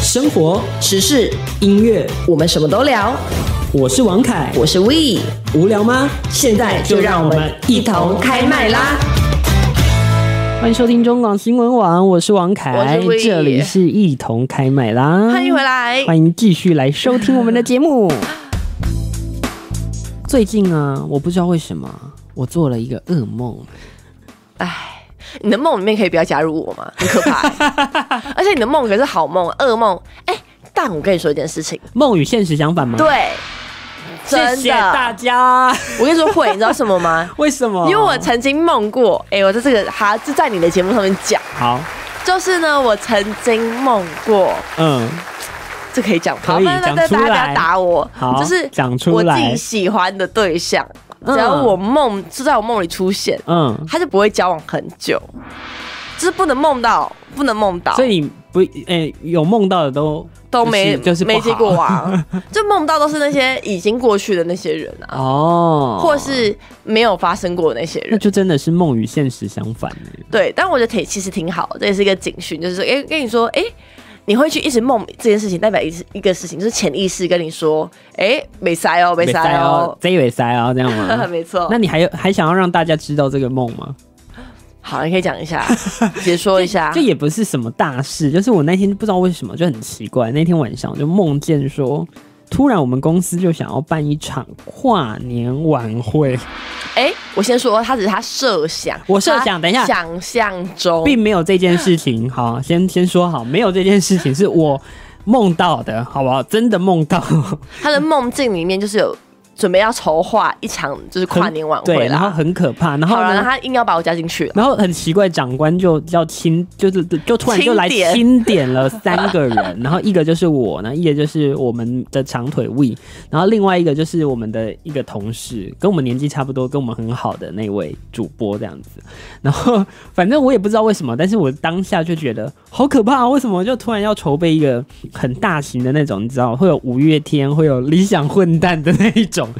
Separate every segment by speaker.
Speaker 1: 生活，
Speaker 2: 时事，
Speaker 1: 音乐，
Speaker 2: 我们什么都聊。
Speaker 1: 我是王凯。
Speaker 2: 我是 We，
Speaker 1: 无聊吗？
Speaker 2: 现在就让我们一同开麦啦！
Speaker 1: 欢迎收听中广新闻网，我是王凯，
Speaker 2: 我是 Wee
Speaker 1: 这里是一同开麦啦，
Speaker 2: 欢迎回，来。
Speaker 1: 欢迎继续来收听我们的节目。最近啊，我不知道为什么，我做了一个噩梦，
Speaker 2: 哎，你的梦里面可以不要加入我吗？很可怕 欸、而且你的梦可是好梦、噩梦。哎、但我跟你说一件事情，
Speaker 1: 梦与现实相反吗？，
Speaker 2: 对，真的，
Speaker 1: 谢谢大家。
Speaker 2: 我跟你说会，你知道什么 吗？
Speaker 1: 为什么？
Speaker 2: 因为我曾经梦过，哎、我在这个哈，就在你的节目上面讲，
Speaker 1: 好，
Speaker 2: 就是呢，我曾经梦过，
Speaker 1: 嗯，
Speaker 2: 这可以讲吧，
Speaker 1: 可以
Speaker 2: 那那
Speaker 1: 讲
Speaker 2: 那
Speaker 1: 出
Speaker 2: 大
Speaker 1: 来
Speaker 2: 家不要打我，
Speaker 1: 好
Speaker 2: 就是
Speaker 1: 讲出
Speaker 2: 我
Speaker 1: 来
Speaker 2: 自己喜欢的对象，
Speaker 1: 嗯
Speaker 2: 只要我梦就在我梦里出现，
Speaker 1: 嗯，
Speaker 2: 他就不会交往很久，就是不能梦到，不能梦到，
Speaker 1: 所以你不，哎、有梦到的都
Speaker 2: 都没
Speaker 1: 就是就是不好
Speaker 2: 没结果 啊，就梦到都是那些已经过去的那些人啊，
Speaker 1: 哦，
Speaker 2: 或是没有发生过的那些
Speaker 1: 那
Speaker 2: 人。
Speaker 1: 就真的是梦与现实相反耶
Speaker 2: 对，但我觉得挺其实挺好，这也是一个警讯，就是说，哎、跟你说，哎、你会去一直梦这件事情，代表一一个事情，就是潜意识跟你说，哎、没塞哦，没塞哦，
Speaker 1: 这尾塞哦，这样 吗？
Speaker 2: 没错
Speaker 1: 那。你还有还想要让大家知道这个梦吗？
Speaker 2: 好，你可以讲一 下，解说一下
Speaker 1: 这。也不是什么大事，就是我那天不知道为什么就很奇怪，那天晚上我就梦见说，突然我们公司就想要办一场跨年晚会，
Speaker 2: 哎、我先说，他只是他设想，
Speaker 1: 我设
Speaker 2: 他
Speaker 1: 想等一下
Speaker 2: 想象中，
Speaker 1: 并没有这件事情。好，先先说好，没有这件事情是我梦到的，好不好？真的梦到。
Speaker 2: 他的梦境里面就是有准备要筹划一场就是跨年晚
Speaker 1: 对，
Speaker 2: 会
Speaker 1: 然后
Speaker 2: 啦。
Speaker 1: 很可怕，然后
Speaker 2: 好了，
Speaker 1: 呢
Speaker 2: 然后他硬要把我加进去了。
Speaker 1: 然后很奇怪，长官就要清，就是就突然就来
Speaker 2: 清点
Speaker 1: 清点了三个人， 然后一个就是我，然后一个就是我们的长腿 We，然后另外一个就是我们的一个同事，跟我们年纪差不多，跟我们很好的那位主播这样子。然后反正我也不知道为什么，但是我当下就觉得好可怕、啊，为什么就突然要筹备一个很大型的那种，你知道会有五月天，会有理想混蛋的那一种。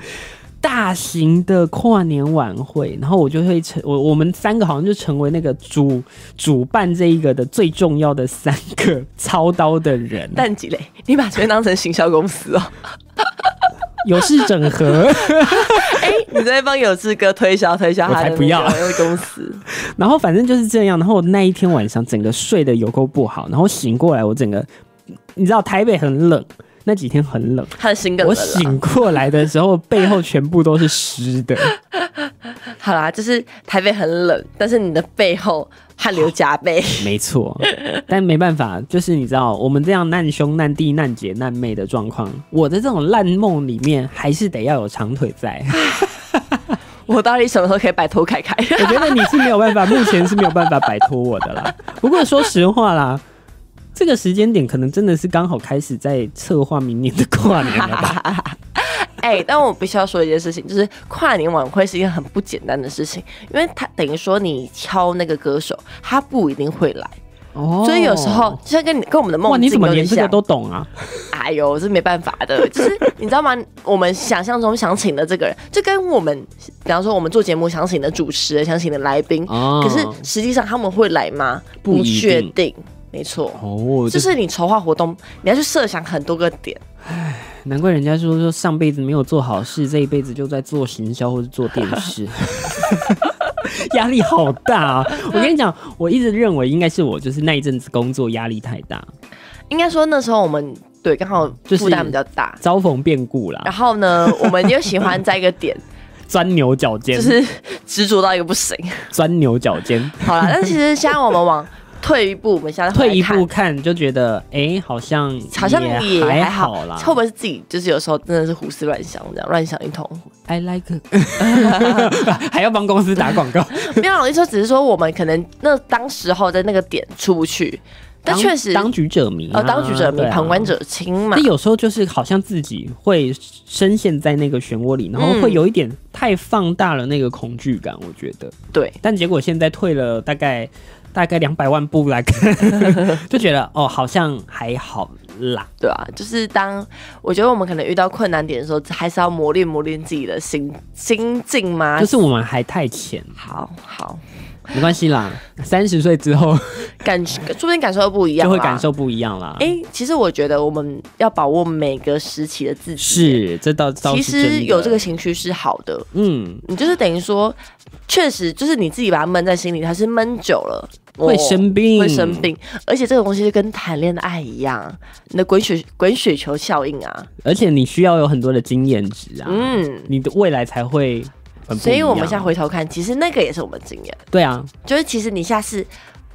Speaker 1: 大型的跨年晚会，然后我就会成我我们三个好像就成为那个主主办这一个的最重要的三个操刀的人，
Speaker 2: 但几嘞，你把这边当成行销公司哦、
Speaker 1: 有事整合，
Speaker 2: 哎、你在帮有志哥推销推销
Speaker 1: 我
Speaker 2: 他
Speaker 1: 才
Speaker 2: 的
Speaker 1: 不要
Speaker 2: 那个公司。
Speaker 1: 然后反正就是这样，然后我那一天晚上整个睡得有够不好，然后醒过来我整个你知道台北很冷，那几天很冷，
Speaker 2: 他的心梗
Speaker 1: 我
Speaker 2: 了啦。
Speaker 1: 醒过来的时候背后全部都是湿 的，
Speaker 2: 好啦，就是台北很冷，但是你的背后汗流浃背。
Speaker 1: 没错，但没办法，就是你知道，我们这样难兄难弟难姐难妹的状况，我的这种烂梦里面，还是得要有长腿 在。
Speaker 2: 我到底什么时候可以摆脱凯凯？
Speaker 1: 我觉得你是没有办法，目前是没有办法摆脱我的啦。不过说实话啦，这个时间点可能真的是刚好开始在策划明年的跨年了 吧？
Speaker 2: 哎、但我必须要说一件事情，就是跨年晚会是一个很不简单的事情，因为他等于说你挑那个歌手，他不一定会来，
Speaker 1: 哦
Speaker 2: 所以有时候就像跟你跟我们的
Speaker 1: 哇，
Speaker 2: 梦
Speaker 1: 你
Speaker 2: 境
Speaker 1: 怎么
Speaker 2: 有点
Speaker 1: 连这个
Speaker 2: 像。
Speaker 1: 都懂啊？
Speaker 2: 哎呦，这没办法的， 就是你知道吗？我们想象中想请的这个人，就跟我们比方说我们做节目想请的主持人、想请的来宾，
Speaker 1: 哦
Speaker 2: 可是实际上他们会来吗？
Speaker 1: 不一定
Speaker 2: 确定，没错。
Speaker 1: 哦，
Speaker 2: 就
Speaker 1: 就是
Speaker 2: 是你筹划活动，你要去设想很多个点，
Speaker 1: 难怪人家说说上辈子没有做好事，这一辈子就在做行销或者做电 视， 压力好大啊！我跟你讲，我一直认为应该是我就是那一阵子工作压力太大，
Speaker 2: 应该说那时候我们对刚好
Speaker 1: 就是
Speaker 2: 负担比较大，
Speaker 1: 遭逢变故啦，
Speaker 2: 然后呢，我们又喜欢在一个 点，
Speaker 1: 钻牛角尖，
Speaker 2: 就是执着到一个不行。
Speaker 1: 钻牛角 尖。
Speaker 2: 好啦，但是其实现在我们往退一步，我们现在回来
Speaker 1: 退一
Speaker 2: 看
Speaker 1: 步看就觉得，哎、好像
Speaker 2: 好像也
Speaker 1: 还
Speaker 2: 还
Speaker 1: 好
Speaker 2: 好
Speaker 1: 啦。
Speaker 2: 会不会是自己就是有时候真的是胡思乱想这样乱想一通？
Speaker 1: I like，还要 帮公司打广告。
Speaker 2: 没有，我一说只是说我们可能那当时候在那个点出不去， 但
Speaker 1: 当
Speaker 2: 确实
Speaker 1: 当局者迷、啊，
Speaker 2: 呃当局者迷，
Speaker 1: 对啊
Speaker 2: 旁观者清嘛
Speaker 1: 那。有时候就是好像自己会深陷在那个漩涡里，然后会有一点太放大了那个恐惧感，我觉得。
Speaker 2: 对，
Speaker 1: 但结果现在退了大概大概两百万步来看， 就觉得哦，好像还好 啦。
Speaker 2: 对啊，就是当我觉得我们可能遇到困难点的时候，还是要磨练磨练自己的心心境嘛。
Speaker 1: 就是我们还太浅，
Speaker 2: 好好，
Speaker 1: 没关系啦，三十岁之后
Speaker 2: 感说不定感受都不一样，
Speaker 1: 就会感。受不一样啦。
Speaker 2: 哎、其实我觉得我们要把握每个时期的自己，
Speaker 1: 是，这倒倒
Speaker 2: 其
Speaker 1: 是真
Speaker 2: 实
Speaker 1: 的
Speaker 2: 有这个，情绪是好的。
Speaker 1: 嗯，
Speaker 2: 你就是等于说，确实就是你自己把它闷在心里，它是闷久了
Speaker 1: 会生病，
Speaker 2: 会生。病，而且这个东西就跟谈恋爱一样，你的滚雪滚雪球效应啊，
Speaker 1: 而且你需要有很多的经验值啊，
Speaker 2: 嗯。
Speaker 1: 你的未来才会很不一样。
Speaker 2: 所以我们现在回头看，其实那个也是我们经验，
Speaker 1: 对啊，
Speaker 2: 就是其实你下次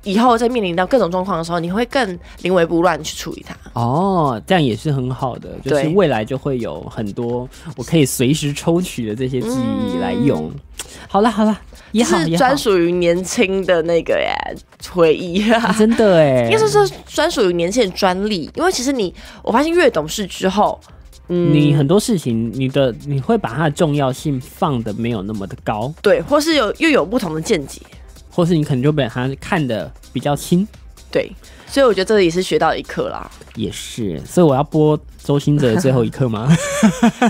Speaker 2: 以后在面临到各种状况的时候，你会更临危不乱去处理它。
Speaker 1: 哦，这样也是很好的，就是
Speaker 2: 对
Speaker 1: 未来就会有很多我可以随时抽取的这些记忆来用。好了好了，也好
Speaker 2: 嗯是
Speaker 1: 也好
Speaker 2: 专，属于年轻的那个耶回忆、啊
Speaker 1: 啊。真的哎，
Speaker 2: 应该说是专属于年轻人专利，因为其实你，我发现越懂事之后，嗯，
Speaker 1: 你很多事情，你的你会把它的重要性放的没有那么的高，
Speaker 2: 对，或是有又有不同的见解，
Speaker 1: 或是你可能就把它看的比较轻，
Speaker 2: 对，所以我觉得这也是学到一课啦。
Speaker 1: 也是。所以我要播周星哲的最后一课 吗？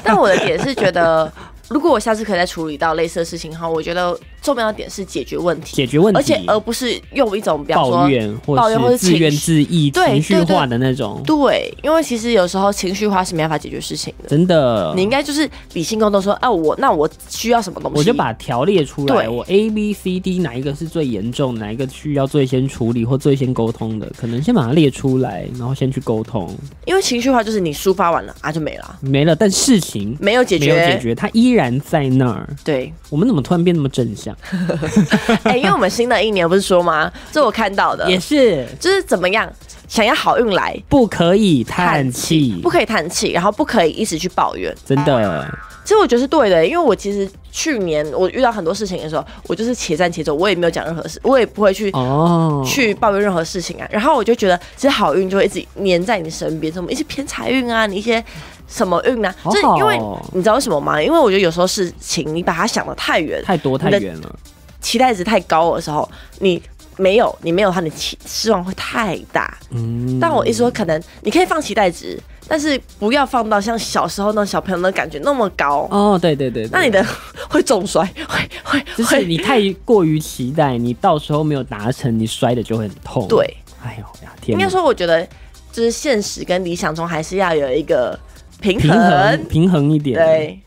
Speaker 2: 但我的点是觉得，如果我下次可以再处理到类似的事情哈，我觉得重要点是解决问题，
Speaker 1: 解决问题，
Speaker 2: 而且而不是用一种比方
Speaker 1: 抱
Speaker 2: 说。
Speaker 1: 怨
Speaker 2: 抱怨或
Speaker 1: 或
Speaker 2: 是
Speaker 1: 是自怨
Speaker 2: 情
Speaker 1: 自艾、
Speaker 2: 对
Speaker 1: 情绪
Speaker 2: 对对
Speaker 1: 化的那种，
Speaker 2: 对，因为其实有时候情绪化是没办法解决事情的。
Speaker 1: 真的
Speaker 2: 你。应该就是理性沟通说，啊，我那我需要什么东西，
Speaker 1: 我就把条列出来，
Speaker 2: 对
Speaker 1: 我 A B C D 哪一个是最严重，哪一个需要最先处理或最先沟通的，可能先把它列出来，然后先去沟通，
Speaker 2: 因为情绪化就是你抒发完了啊就没了，
Speaker 1: 没了。但事情
Speaker 2: 没有解
Speaker 1: 没
Speaker 2: 决，
Speaker 1: 有解决，它依然在那儿。
Speaker 2: 对，
Speaker 1: 我们怎么突然变那么正向？
Speaker 2: 哎、因为我们新的一年不是说吗？这我看 到的，
Speaker 1: 也是
Speaker 2: 就是怎么样，想要好运来，
Speaker 1: 不可以叹气
Speaker 2: 不，可以叹气，然后不可以一直去抱怨。
Speaker 1: 真的
Speaker 2: 其实我觉得是对的，因为我其实去年我遇到很多事情的时候，我就是且战且走，我也没有讲任何事，我也不会去。
Speaker 1: 哦。
Speaker 2: 去抱怨任何事情啊，然后我就觉得，其实好运就会一直黏在你身边，什么一些偏财运啊，你一些什么运啊，
Speaker 1: 好
Speaker 2: 就是因为
Speaker 1: 好哦
Speaker 2: 你知道为什么吗？因为我觉得有时候事情你把它想的太远，
Speaker 1: 太多太
Speaker 2: 你的
Speaker 1: 远了，
Speaker 2: 期待值太高的时候，你没有你没有它，你期失望会太大。
Speaker 1: 嗯，
Speaker 2: 但我一说，可能你可以放期待值，但是不要放到像小时候那种小朋友的感觉那么高，
Speaker 1: 哦，对对对对
Speaker 2: 那你的 会重摔，会
Speaker 1: 就是
Speaker 2: 会会。
Speaker 1: 你太过于期待，你到时候没有达成，你摔的就会很痛。
Speaker 2: 对，
Speaker 1: 哎呦呀，天
Speaker 2: 应
Speaker 1: 哪，
Speaker 2: 该说，我觉得就是现实跟理想中还是要有一个平衡。
Speaker 1: 平衡平衡一点。，
Speaker 2: 对。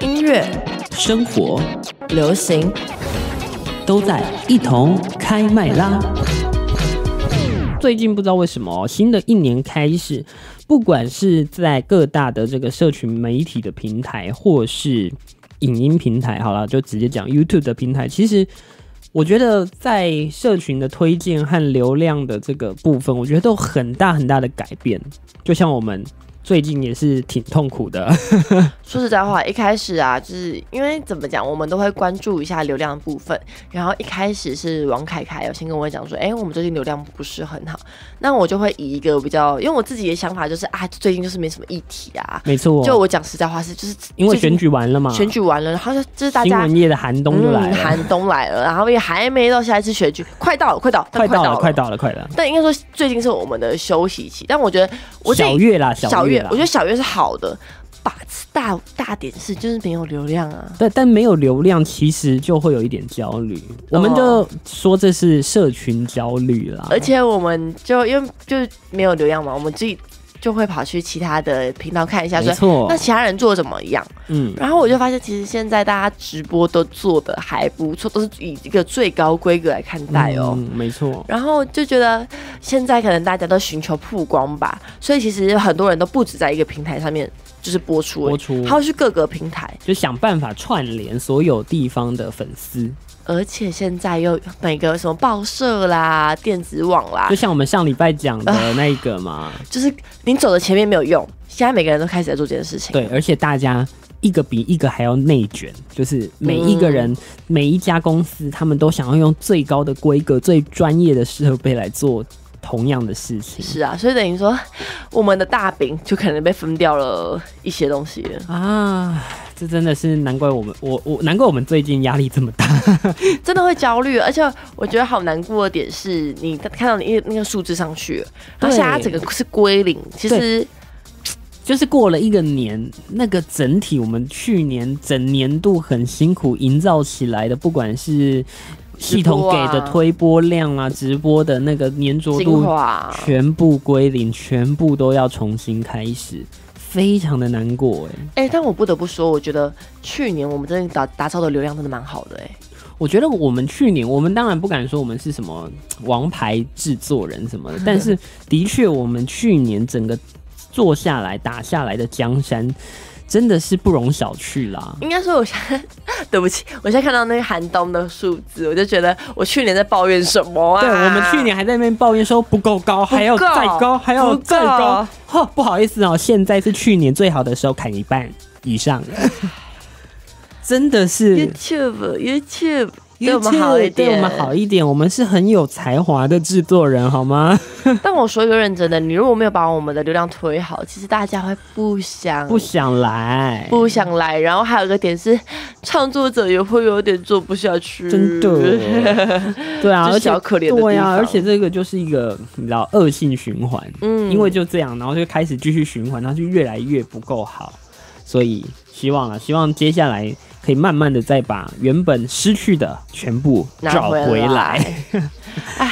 Speaker 2: 音乐、
Speaker 1: 生活
Speaker 2: 流行、
Speaker 1: 都在一同开麦啦。最近不知道为什么哦，新的一年开始，不管是在各大的这个社群媒体的平台，或是影音平台，好了，就直接讲 YouTube 的平台，其实。我觉得在社群的推荐和流量的这个部分，我觉得都有很大很大的改变。就像我们最近也是挺痛苦的，
Speaker 2: 说实在话，一开始啊，就是因为怎么讲，我们都会关注一下流量的部分。然后一开始是王凯凯有先跟我讲说，哎、我们最近流量不是很好，那我就会以一个比较，因为我自己的想法就是啊，最近就是没什么议题啊。
Speaker 1: 没错。
Speaker 2: 就我讲实在话是，就是
Speaker 1: 因为
Speaker 2: 最
Speaker 1: 选
Speaker 2: 近
Speaker 1: 举完了嘛，
Speaker 2: 选举完了，然后就就是大
Speaker 1: 新
Speaker 2: 家
Speaker 1: 闻业的寒冬就来
Speaker 2: 嗯
Speaker 1: 了，
Speaker 2: 寒冬来了，然后也还没到下一次选举，快到了，快到了，但
Speaker 1: 快到
Speaker 2: 到
Speaker 1: 了，
Speaker 2: 了，
Speaker 1: 快。到了，快到了。
Speaker 2: 但应该说最近是我们的休息期，但我觉得我自己
Speaker 1: 啊小月啦，
Speaker 2: 小
Speaker 1: 月
Speaker 2: 月
Speaker 1: 啦，，
Speaker 2: 我觉得小月是好的，把大大点是就是没有流量啊。
Speaker 1: 但但没有流量，其实就会有一点焦虑。
Speaker 2: 哦
Speaker 1: 我们就说这是社群焦虑啦。
Speaker 2: 而且我们就因为就是没有流量嘛，我们自己就会跑去其他的频道看一下
Speaker 1: 没
Speaker 2: 说，
Speaker 1: 错
Speaker 2: 那，其他人做得怎么样？
Speaker 1: 嗯，
Speaker 2: 然后我就发现，其实现在大家直播都做的还不错，都是以一个最高规格来看待哦。
Speaker 1: 嗯没错，
Speaker 2: 然后就觉得现在可能大家都寻求曝光吧，所以其实很多人都不止在一个平台上面就是播出而已，
Speaker 1: 播出
Speaker 2: 还要去各个平台，
Speaker 1: 就想办法串联所有地方的粉丝。
Speaker 2: 而且现在又每个什么报社啦、电子网啦
Speaker 1: 就，像我们上礼拜讲
Speaker 2: 啊
Speaker 1: 的那一个 嘛，
Speaker 2: 就是你走的前面没有用，现在每个人都开始在做这件事情。
Speaker 1: 对，而且大家。一个比一个还要内卷，就是每一个
Speaker 2: 嗯
Speaker 1: 人、每一家公司，他们都想要用最高的规格、最专业的设备来做同样的事情。
Speaker 2: 是啊，所以等于说，我们的大饼就可能被分掉了一些东西了，
Speaker 1: 啊，这真的是难怪我们，我我难怪我们最近压力这么大。
Speaker 2: 真的会焦虑。而且我觉得好难过的点是，你看到你那个数字上去了，然后
Speaker 1: 对
Speaker 2: 现在它整个是归零，其实
Speaker 1: 就是过了一个年，那个整体我们去年整年度很辛苦营造起来的，不管是系统给的推播量啊，直播的那个粘着
Speaker 2: 精
Speaker 1: 度，
Speaker 2: 华，
Speaker 1: 全部归零，全部都要重新开始，非常的难过哎、
Speaker 2: 哎、但我不得不说，我觉得去年我们真的打打造的流量真的蛮好的、哎，
Speaker 1: 我觉得我们去年，我们当然不敢说我们是什么王牌制作人什么的，但 是的确，我们去年整个做下来、打下来的江山，真的是不容小觑啦。
Speaker 2: 应该说我现在 对不起，我现在看到那个寒冬的数字，我就觉得我去年在抱怨什么啊？
Speaker 1: 对，我们去年还在那边抱怨说不够高，还要再高，还要再高。哈，不好意思哦，现在是去年最好的时候，砍一半以上， 真的是
Speaker 2: YouTube YouTube 对
Speaker 1: 对
Speaker 2: 我们好一点，
Speaker 1: 对我们好一点，我们是很有才华的制作人，好吗？
Speaker 2: 但我说一个认真的，你如果没有把我们的流量推好，其实大家会不想
Speaker 1: 不想来，
Speaker 2: 不想来。然后还有一个点是，创作者也会有点做不下去，
Speaker 1: 真的，对啊，
Speaker 2: 嗯这
Speaker 1: 而
Speaker 2: 是
Speaker 1: 且
Speaker 2: 小可怜的地
Speaker 1: 对啊，
Speaker 2: 方
Speaker 1: 而且这个就是一个你知道恶性循环，
Speaker 2: 嗯
Speaker 1: 因为就这样，然后就开始继续循环，然后就越来越不够好，所以希望啊，希望接下来可以慢慢的再把原本失去的全部
Speaker 2: 拿
Speaker 1: 找
Speaker 2: 回
Speaker 1: 回来。
Speaker 2: 来。哎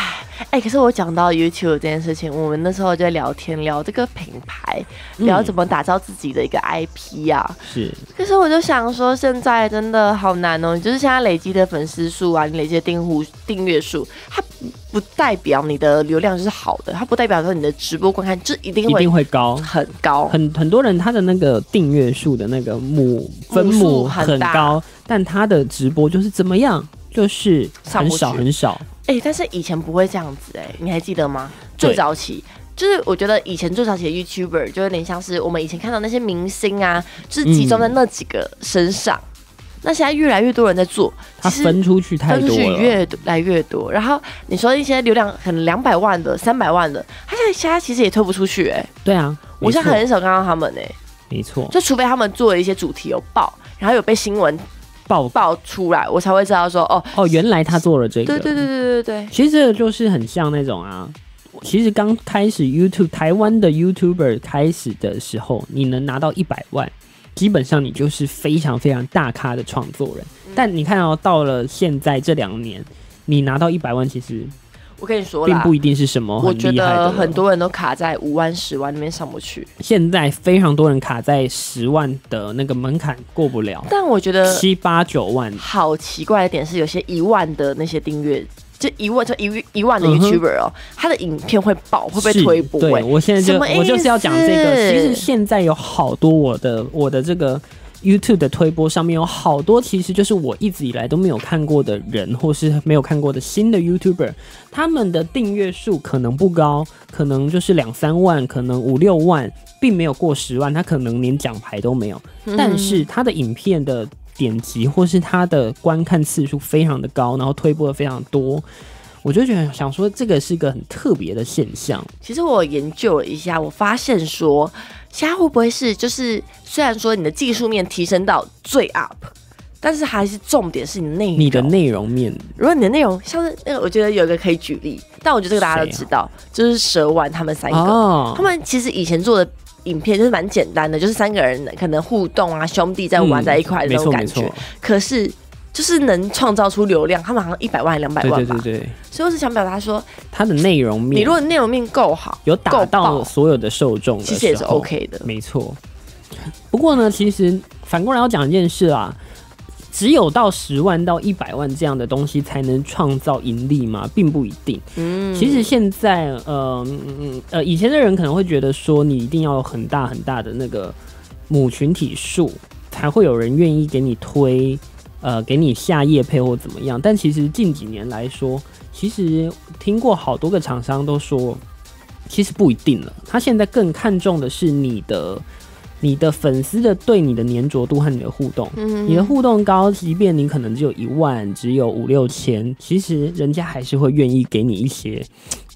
Speaker 2: 哎，可是我讲到 YouTube 这件事情，我们那时候就在聊天，聊这个品牌，聊
Speaker 1: 嗯
Speaker 2: 怎么打造自己的一个 IP 啊。
Speaker 1: 是，
Speaker 2: 可是我就想说，现在真的好难哦。你就是现在累积的粉丝数啊，你累积的订户订阅数，它不不代表你的流量是好的，它不代表说你的直播观看就一定
Speaker 1: 一
Speaker 2: 会
Speaker 1: 定会高。
Speaker 2: 很高。
Speaker 1: 很很多人他的那个订阅数的那个母分母
Speaker 2: 数很
Speaker 1: 很
Speaker 2: 大
Speaker 1: 高，但他的直播就是怎么样，就是
Speaker 2: 上
Speaker 1: 很
Speaker 2: 不
Speaker 1: 少
Speaker 2: 去
Speaker 1: 很少。
Speaker 2: 哎、但是以前不会这样子哎、你还记得吗？
Speaker 1: 对
Speaker 2: 最早期。就是我觉得以前最早期的 YouTuber 就有点像是我们以前看到那些明星啊，就是集中在那几个身上。那现在越来越多人在做，
Speaker 1: 他
Speaker 2: 其实
Speaker 1: 分出去太
Speaker 2: 分
Speaker 1: 多
Speaker 2: 数
Speaker 1: 了，
Speaker 2: 越来越多。然后你说一些流量很两百万的、三百万的，他现在现在其实也推不出去哎、
Speaker 1: 对啊，
Speaker 2: 我现在
Speaker 1: 没错
Speaker 2: 很少看到他们哎、
Speaker 1: 没错，
Speaker 2: 就除非他们做了一些主题有爆，然后有被新闻
Speaker 1: 爆
Speaker 2: 爆出来，我才会知道说哦，
Speaker 1: 哦，原来他做了这个，
Speaker 2: 对对对对对对，
Speaker 1: 其实这个就是很像那种啊。其实刚开始 YouTube 台湾的 YouTuber 开始的时候，你能拿到一百万，基本上你就是非常非常大咖的创作人。
Speaker 2: 嗯
Speaker 1: 但你看哦，到了现在这两年，你拿到一百万，其实
Speaker 2: 我跟你说
Speaker 1: 并
Speaker 2: 啦
Speaker 1: 不。一定是什么
Speaker 2: 我
Speaker 1: 很
Speaker 2: 觉
Speaker 1: 厉害的哦
Speaker 2: 得
Speaker 1: 了。
Speaker 2: 很多人都卡在五万、十万那边上不去，
Speaker 1: 现在非常多人卡在十万的那个门槛过不了，
Speaker 2: 但我觉得
Speaker 1: 七八九万
Speaker 2: 好奇怪的点是，有些一万的那些订阅，就一万就一一万的
Speaker 1: 嗯哼
Speaker 2: YouTuber 哦，他的影片会爆，会被
Speaker 1: 是
Speaker 2: 推播、
Speaker 1: 对
Speaker 2: 欸。
Speaker 1: 我现在就
Speaker 2: 什么意思
Speaker 1: 我就是要讲这个。其实现在有好多我的我的这个 YouTube 的推播上面有好多，其实就是我一直以来都没有看过的人，或是没有看过的新的 YouTuber，他们的订阅数可能不高，可能就是两三万，可能五六万，并没有过十万，他可能连奖牌都没有，
Speaker 2: 嗯
Speaker 1: 但是他的影片的。点击或是他的观看次数非常的高，然后推播的非常多，我就觉得想说这个是一个很特别的现象。
Speaker 2: 其实我研究了一下，我发现说，现在会不会是就是虽然说你的技术面提升到最 up，但是还是重点是你的内容。
Speaker 1: 你的内容面
Speaker 2: 如果你的内容像是那呃个，我觉得有一个可以举例，但我觉得这个大家都
Speaker 1: 谁啊
Speaker 2: 知道，就是蛇丸他们三个，
Speaker 1: 哦
Speaker 2: 他，们其实以前做的。影片就是蛮简单的，就是三个人可能互动啊，兄弟在玩在一块
Speaker 1: 嗯
Speaker 2: 的
Speaker 1: 没
Speaker 2: 那种
Speaker 1: 错
Speaker 2: 感
Speaker 1: 没
Speaker 2: 觉。
Speaker 1: 错，
Speaker 2: 可是就是能创造出流量，他们好像一百万、两百
Speaker 1: 对
Speaker 2: 万吧。
Speaker 1: 对对对，
Speaker 2: 所以我是想表达说，
Speaker 1: 它的内容面
Speaker 2: 你如果内容面够好，
Speaker 1: 有打
Speaker 2: 够
Speaker 1: 到
Speaker 2: 爆
Speaker 1: 所有的受众的时
Speaker 2: 其
Speaker 1: 候，
Speaker 2: 实也是 OK 的。
Speaker 1: 没错。不过呢，其实反过来要讲一件事啊，只有到十万到一百万这样的东西才能创造盈利吗？并不一定。
Speaker 2: 嗯
Speaker 1: 其实现在，呃嗯嗯呃，以前的人可能会觉得说，你一定要有很大很大的那个母群体数，才会有人愿意给你推，呃，给你下业配或怎么样。但其实近几年来说，其实听过好多个厂商都说，其实不一定了。他现在更看重的是你的。你的粉丝的对你的粘着度和你的互动，
Speaker 2: 嗯
Speaker 1: 你的互动高，即便你可能只有一万，只有五六千，其实人家还是会愿意给你一些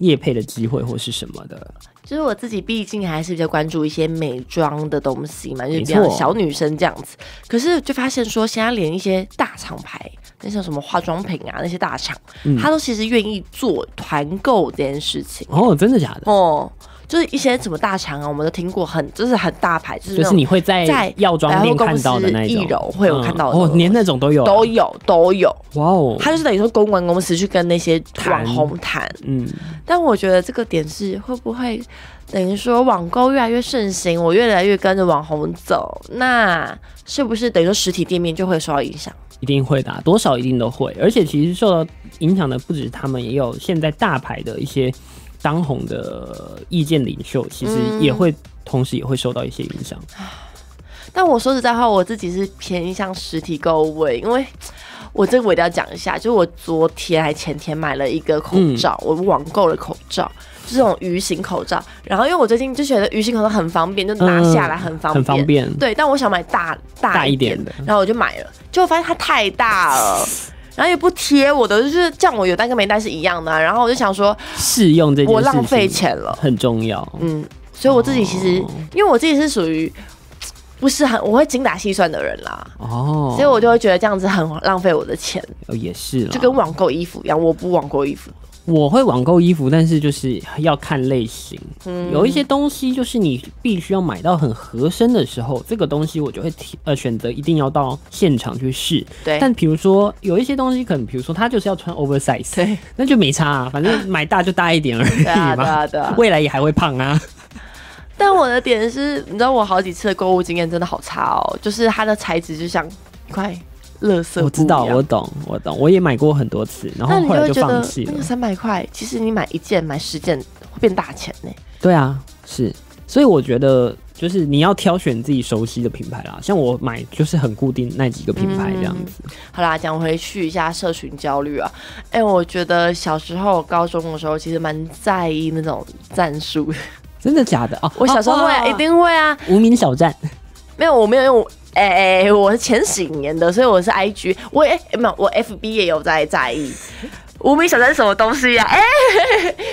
Speaker 1: 业配的机会或是什么的。
Speaker 2: 就是我自己，毕竟还是比较关注一些美妆的东西嘛，就是比
Speaker 1: 没
Speaker 2: 较
Speaker 1: 错
Speaker 2: 小女生这样子。可是就发现说，现在连一些大厂牌，那像什么化妆品啊那些大厂，
Speaker 1: 嗯
Speaker 2: 他都其实愿意做团购这件事情。
Speaker 1: 哦，真的假的？
Speaker 2: 哦，就是一些什么大厂啊，我们都听过很就是很大牌，就是
Speaker 1: 就
Speaker 2: 那
Speaker 1: 是
Speaker 2: 种
Speaker 1: 你会在
Speaker 2: 在
Speaker 1: 药妆店
Speaker 2: 百货公
Speaker 1: 看到的
Speaker 2: 司
Speaker 1: 那一种，
Speaker 2: 易柔会有看到的
Speaker 1: 哦，连那种都有啊，
Speaker 2: 都有都有，
Speaker 1: 哇哦，
Speaker 2: 他就是等于说公关公司去跟那些
Speaker 1: 谈
Speaker 2: 网红谈，
Speaker 1: 嗯，
Speaker 2: 但我觉得这个点是会不会等于说网购越来越盛行，我越来越跟着网红走，那是不是等于说实体店面就会受到影响？
Speaker 1: 一定会的啊、多少一定都会。而且其实受到影响的不止他们，也有现在大牌的一些当红的意见领袖，其实
Speaker 2: 嗯
Speaker 1: 也会、同时也会受到一些影响。
Speaker 2: 但我说实在话，我自己是偏向实体购物欸，因为我这个我一定要讲一下，就是我昨天还前天买了一个口罩，我网购了口罩。就是这种鱼形口罩，然后因为我最近就觉得鱼形口罩很方便，就拿
Speaker 1: 嗯
Speaker 2: 下来很方便，
Speaker 1: 很方便，
Speaker 2: 对，但我想买大大
Speaker 1: 大一
Speaker 2: 点
Speaker 1: 点的
Speaker 2: 然后我就买了，结果发现它太 大了，然后也不贴我的，就是这样，我有带跟没带是一样的啊、然后我就想说，
Speaker 1: 试用这件事情
Speaker 2: 我浪费钱了，
Speaker 1: 很重要。
Speaker 2: 嗯，所以我自己其实，
Speaker 1: 哦
Speaker 2: 因为我自己是属于不是很我会精打细算的人啦，
Speaker 1: 哦，
Speaker 2: 所以我就会觉得这样子很浪费我的钱，
Speaker 1: 哦也是啦，
Speaker 2: 就跟网购衣服一样，我不网购衣服，
Speaker 1: 我会网购衣服，但是就是要看类型，
Speaker 2: 嗯
Speaker 1: 有一些东西就是你必须要买到很合身的时候，这个东西我就会提呃选择一定要到现场去试。
Speaker 2: 对
Speaker 1: 但比如说有一些东西，可能比如说它就是要穿 oversize，
Speaker 2: 对
Speaker 1: 那就没差、啊，反正买大就大一点而已
Speaker 2: 对啊对
Speaker 1: 嘛。
Speaker 2: 啊对啊。
Speaker 1: 未来也还会胖啊，
Speaker 2: 但我的点是，你知道我好几次的购物经验真的好差哦，就是它的材质就像一块垃圾
Speaker 1: 我
Speaker 2: 布
Speaker 1: 知
Speaker 2: 一
Speaker 1: 道，
Speaker 2: 样。
Speaker 1: 我懂，我懂，我也买过很多次，然
Speaker 2: 那
Speaker 1: 后
Speaker 2: 你
Speaker 1: 后来
Speaker 2: 会觉
Speaker 1: 放
Speaker 2: 得
Speaker 1: 弃
Speaker 2: 那
Speaker 1: 了
Speaker 2: 个。三百块，其实你买一件、买十件会变大钱呢、
Speaker 1: 对啊，是，所以我觉得就是你要挑选自己熟悉的品牌啦，像我买就是很固定那几个品牌这样
Speaker 2: 嗯
Speaker 1: 子。
Speaker 2: 好啦，讲回去一下社群焦虑啊。哎、我觉得小时候、高中的时候，其实蛮在意那种战术。
Speaker 1: 真的假的哦？
Speaker 2: 我小时候会、啊，
Speaker 1: 哦
Speaker 2: 一定会啊。
Speaker 1: 无名小站，
Speaker 2: 没有，我没有用。哎、哎、我是前几年的，所以我是 IG，我也、哎没有，我 FB 也有在在意。无名小站是什么东西呀、哎、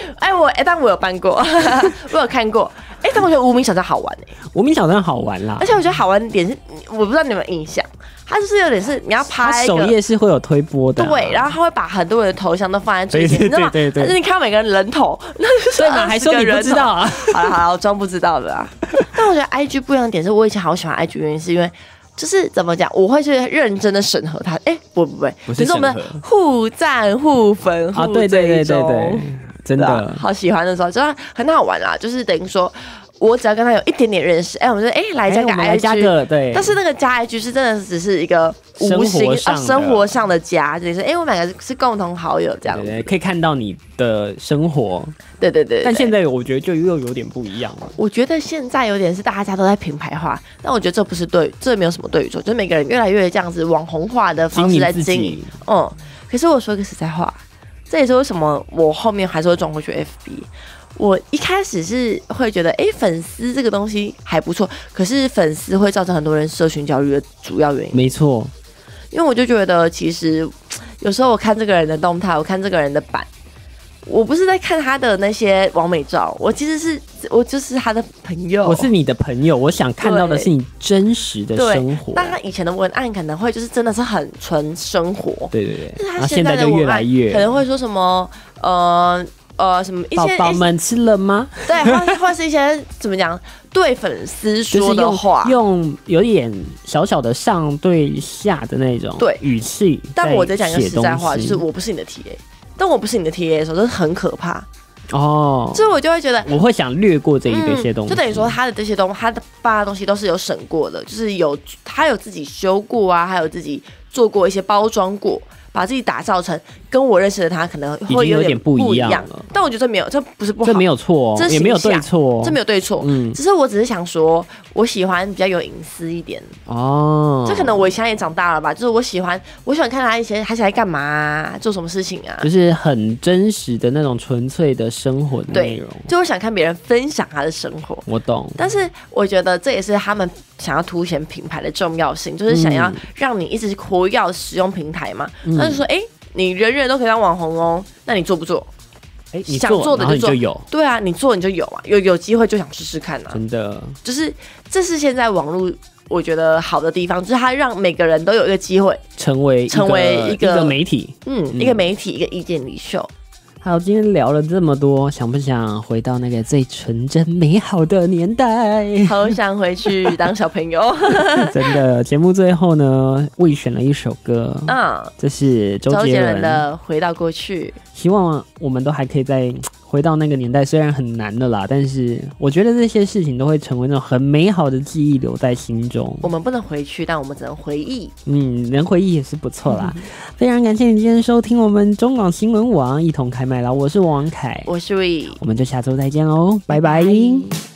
Speaker 2: 哎、我哎、但我有办过， 我有看过。哎、但我觉得无名小站好玩哎、
Speaker 1: 无名小站好玩啦
Speaker 2: 而，且我觉得好玩的点是，我不知道你有没有印象，它就是有点是你要
Speaker 1: 它
Speaker 2: 拍一
Speaker 1: 首
Speaker 2: 个。
Speaker 1: 页是会有推播的啊、
Speaker 2: 对，然后他会把很多人的头像都放在最前，
Speaker 1: 对
Speaker 2: 你知道吗？
Speaker 1: 对对对
Speaker 2: 但是你看到每个人人头，那就是
Speaker 1: 对嘛？还说
Speaker 2: 20个
Speaker 1: 你
Speaker 2: 人
Speaker 1: 不知道啊？
Speaker 2: 头？好了好了，我装不知道的 啦。但我觉得 I G 不一样的点是我以前好喜欢 I G，原因是因为就是怎么讲，我会去认真的审核它。哎，不不不，
Speaker 1: 不是
Speaker 2: 就是我们
Speaker 1: 审核
Speaker 2: 互赞互粉
Speaker 1: 啊，
Speaker 2: 互
Speaker 1: 对对对
Speaker 2: 追
Speaker 1: 对
Speaker 2: 踪
Speaker 1: 对，真
Speaker 2: 对啊
Speaker 1: 的。
Speaker 2: 好喜欢的时候，真的很好玩啦。就是等于说我只要跟他有一点点认识，哎，我们就哎来加
Speaker 1: 哎
Speaker 2: 个
Speaker 1: 我们
Speaker 2: I
Speaker 1: 来
Speaker 2: G，
Speaker 1: 加个对，
Speaker 2: 但是那个加 IG 是真的只是一个无
Speaker 1: 生
Speaker 2: 形
Speaker 1: 活上
Speaker 2: 啊
Speaker 1: 的
Speaker 2: 生活上的加，就是哎、诶我们两个是共同好友这样
Speaker 1: 对
Speaker 2: 子。
Speaker 1: 对可以看到你的生活，
Speaker 2: 对对对对
Speaker 1: 但现
Speaker 2: 在
Speaker 1: 在我觉得就又有点不一样了。
Speaker 2: 我觉得现在有点是大家都在品牌化，但我觉得这不是对，这没有什么对与错，就是每个人越来越这样子网红化的方
Speaker 1: 经
Speaker 2: 式
Speaker 1: 营
Speaker 2: 在
Speaker 1: 自
Speaker 2: 经营。
Speaker 1: 己，
Speaker 2: 嗯，可是我说个实在话，这也是为什么我后面还是会转回去 FB。我一开始是会觉得，哎、粉丝这个东西还不错，可是粉丝会造成很多人社群焦虑的主要原因。
Speaker 1: 没错，
Speaker 2: 因为我就觉得其实有时候我看这个人的动态，我看这个人的版，我不是在看他的那些完美照，我其实是我就是他的朋友。
Speaker 1: 我是你的朋友，我想看到的是你真实的
Speaker 2: 对
Speaker 1: 生活。
Speaker 2: 那他以前的文案可能会就是真的是很纯生活，
Speaker 1: 对对对，
Speaker 2: 但是
Speaker 1: 然
Speaker 2: 他
Speaker 1: 后啊现
Speaker 2: 现
Speaker 1: 在
Speaker 2: 的
Speaker 1: 就越
Speaker 2: 文案
Speaker 1: 来越
Speaker 2: 可能会说什么呃呃什么一
Speaker 1: 宝
Speaker 2: 些
Speaker 1: 宝
Speaker 2: 一些
Speaker 1: 们吃了吗？
Speaker 2: 对，或是或是 一些怎么讲对粉丝
Speaker 1: 就是
Speaker 2: 说的
Speaker 1: 用
Speaker 2: 话。
Speaker 1: 用有点小小的上对下的那种
Speaker 2: 对
Speaker 1: 语气。
Speaker 2: 但我在讲一个
Speaker 1: 写
Speaker 2: 实在话，
Speaker 1: 东
Speaker 2: 就
Speaker 1: 西
Speaker 2: 是我不是你的 TA，但我不是你的 TA 的时候，真的很可怕。
Speaker 1: 哦，
Speaker 2: 所以我就会觉得，
Speaker 1: 我会想略过这一
Speaker 2: 嗯，
Speaker 1: 这些东西，
Speaker 2: 就等于说他的这些东他的发的东西都是有审过的，就是有他有自己修过啊，还有自己做过一些包装过，把自己打造成跟我认识的他可能
Speaker 1: 已经
Speaker 2: 会
Speaker 1: 有点
Speaker 2: 点
Speaker 1: 不
Speaker 2: 不
Speaker 1: 一
Speaker 2: 一
Speaker 1: 样
Speaker 2: 样
Speaker 1: 了。
Speaker 2: 但我觉得这没有，这不是不好，
Speaker 1: 这没有错哦
Speaker 2: 这，是
Speaker 1: 也没有
Speaker 2: 形
Speaker 1: 对
Speaker 2: 象
Speaker 1: 错哦，
Speaker 2: 这没有对错。
Speaker 1: 嗯
Speaker 2: 只是我只是想说，我喜欢比较有隐私一点，
Speaker 1: 哦，
Speaker 2: 这可能我现在也长大了吧，就是我喜欢，我喜欢看他以前他现在干嘛、啊，做什么事情啊，
Speaker 1: 就是很真实的那种纯粹的生活的内
Speaker 2: 对
Speaker 1: 容。
Speaker 2: 就我想看别人分享他的生活。
Speaker 1: 我懂，
Speaker 2: 但是我觉得这也是他们想要凸显品牌的重要性，就是想要让你一直活跃使用平台嘛。
Speaker 1: 嗯
Speaker 2: 那就说，哎、你人人都可以当网红哦，那你做不做？
Speaker 1: 哎，你
Speaker 2: 想
Speaker 1: 做
Speaker 2: 做的
Speaker 1: 然后
Speaker 2: 就
Speaker 1: 你
Speaker 2: 做
Speaker 1: 就有，
Speaker 2: 对啊，你做你就有啊，有有机会就想试试看啊。
Speaker 1: 真的
Speaker 2: 就是这是现在网络我觉得好的地方，就是它让每个人都有一个机会，
Speaker 1: 成为
Speaker 2: 成为
Speaker 1: 一
Speaker 2: 一
Speaker 1: 个
Speaker 2: 个
Speaker 1: 一个媒体，
Speaker 2: 嗯，
Speaker 1: 嗯
Speaker 2: 一个媒体，一个意见领袖。
Speaker 1: 好，今天聊了这么多，想不想回到那个最纯真美好的年 代？
Speaker 2: 好想回去当小 朋友。
Speaker 1: 真的，节目最后呢，未选了一首歌，
Speaker 2: 嗯，
Speaker 1: 这是周
Speaker 2: 周杰
Speaker 1: 杰
Speaker 2: 伦
Speaker 1: 伦。
Speaker 2: 的《回到过去
Speaker 1: 希望我们都还可以再回到那个年代，虽然很难的啦，但是我觉得这些事情都会成为那种很美好的记忆，留在心中》，。
Speaker 2: 我们不能回去，但我们只能回忆。
Speaker 1: 嗯，能回忆也是不错啦。非常感谢你今天收听我们中广新闻网一同开麦啦，我是王凯，
Speaker 2: 我是 We，
Speaker 1: 我们就下周再见喽，拜拜。
Speaker 2: 拜